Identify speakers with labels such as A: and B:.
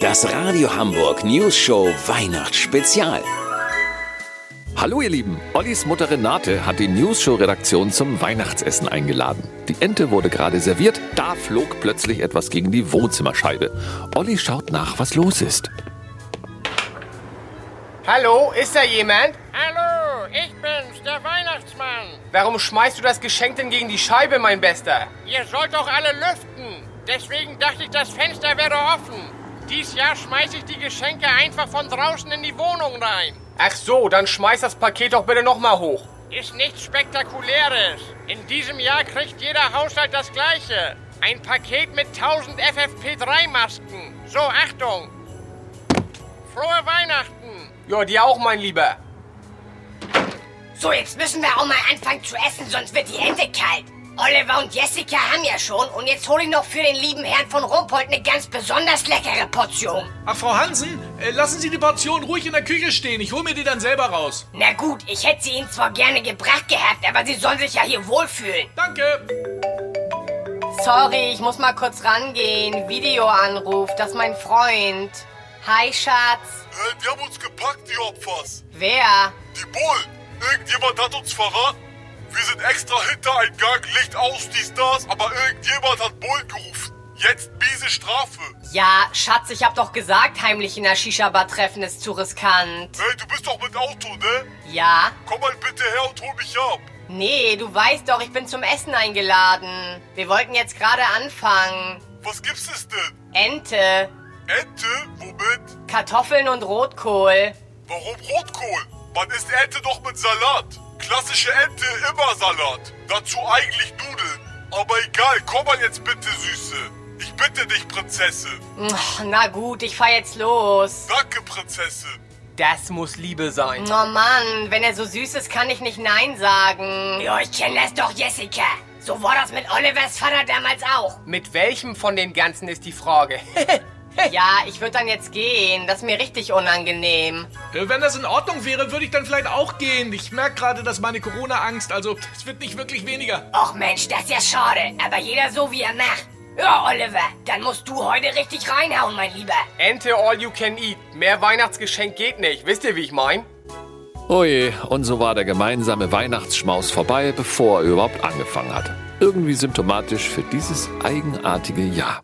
A: Das Radio Hamburg News Show Weihnachtsspezial.
B: Hallo ihr Lieben, Ollis Mutter Renate hat die News-Show-Redaktion zum Weihnachtsessen eingeladen. Die Ente wurde gerade serviert, da flog plötzlich etwas gegen die Wohnzimmerscheibe. Olli schaut nach, was los ist.
C: Hallo, ist da jemand?
D: Hallo, ich bin's, der Weihnachtsmann.
C: Warum schmeißt du das Geschenk denn gegen die Scheibe, mein Bester?
D: Ihr sollt doch alle lüften. Deswegen dachte ich, das Fenster wäre offen. Dies Jahr schmeiß ich die Geschenke einfach von draußen in die Wohnung rein.
C: Ach so, dann schmeiß das Paket doch bitte nochmal hoch.
D: Ist nichts Spektakuläres. In diesem Jahr kriegt jeder Haushalt das Gleiche. Ein Paket mit 1000 FFP3-Masken. So, Achtung. Frohe Weihnachten.
C: Ja, dir auch, mein Lieber.
E: So, jetzt müssen wir auch mal anfangen zu essen, sonst wird die Ente kalt. Oliver und Jessica haben ja schon und jetzt hole ich noch für den lieben Herrn von Rumpold eine ganz besonders leckere Portion.
F: Ach, Frau Hansen, äh, lassen Sie die Portion ruhig in der Küche stehen. Ich hol mir die dann selber raus.
E: Na gut, ich hätte sie Ihnen zwar gerne gebracht gehabt, aber Sie sollen sich ja hier wohlfühlen.
F: Danke.
G: Sorry, ich muss mal kurz rangehen. Videoanruf, das ist mein Freund. Hi, Schatz.
H: Äh, die haben uns gepackt, die Opfers.
G: Wer?
H: Die Bullen. Irgendjemand hat uns verraten. Wir sind extra Hintereingang, Licht aus, dies, das, aber irgendjemand hat Bullen gerufen. Jetzt miese Strafe.
G: Ja, Schatz, ich hab doch gesagt, heimlich in der Shisha-Bar treffen ist zu riskant.
H: Ey, du bist doch mit Auto, ne?
G: Ja?
H: Komm mal bitte her und hol mich ab.
G: Nee, du weißt doch, ich bin zum Essen eingeladen. Wir wollten jetzt gerade anfangen.
H: Was gibt's es denn?
G: Ente,
H: Ente? Womit?
G: Kartoffeln und Rotkohl.
H: Warum Rotkohl? Man isst Ente doch mit Salat. Klassische Ente, immer Salat. Dazu eigentlich Nudeln. Aber egal, komm mal jetzt bitte, Süße. Ich bitte dich, Prinzessin.
G: Ach, Na gut, ich fahr jetzt los.
H: Danke, Prinzessin.
C: Das muss Liebe sein.
G: Oh Mann, wenn er so süß ist, kann ich nicht Nein sagen.
E: Ja, ich kenne das doch, Jessica. So war das mit Olivers Vater damals auch.
C: Mit welchem von den Ganzen ist die Frage?
G: Ja, ich würde dann jetzt gehen. Das ist mir richtig unangenehm.
F: Äh, wenn das in Ordnung wäre, würde ich dann vielleicht auch gehen. Ich merke gerade, dass meine Corona-Angst, also es wird nicht wirklich weniger.
E: Och Mensch, das ist ja schade, aber jeder so wie er macht. Ja, Oliver, dann musst du heute richtig reinhauen, mein Lieber.
C: Ente all you can eat. Mehr Weihnachtsgeschenk geht nicht. Wisst ihr, wie ich mein?
B: Oje, und so war der gemeinsame Weihnachtsschmaus vorbei, bevor er überhaupt angefangen hat. Irgendwie symptomatisch für dieses eigenartige Jahr.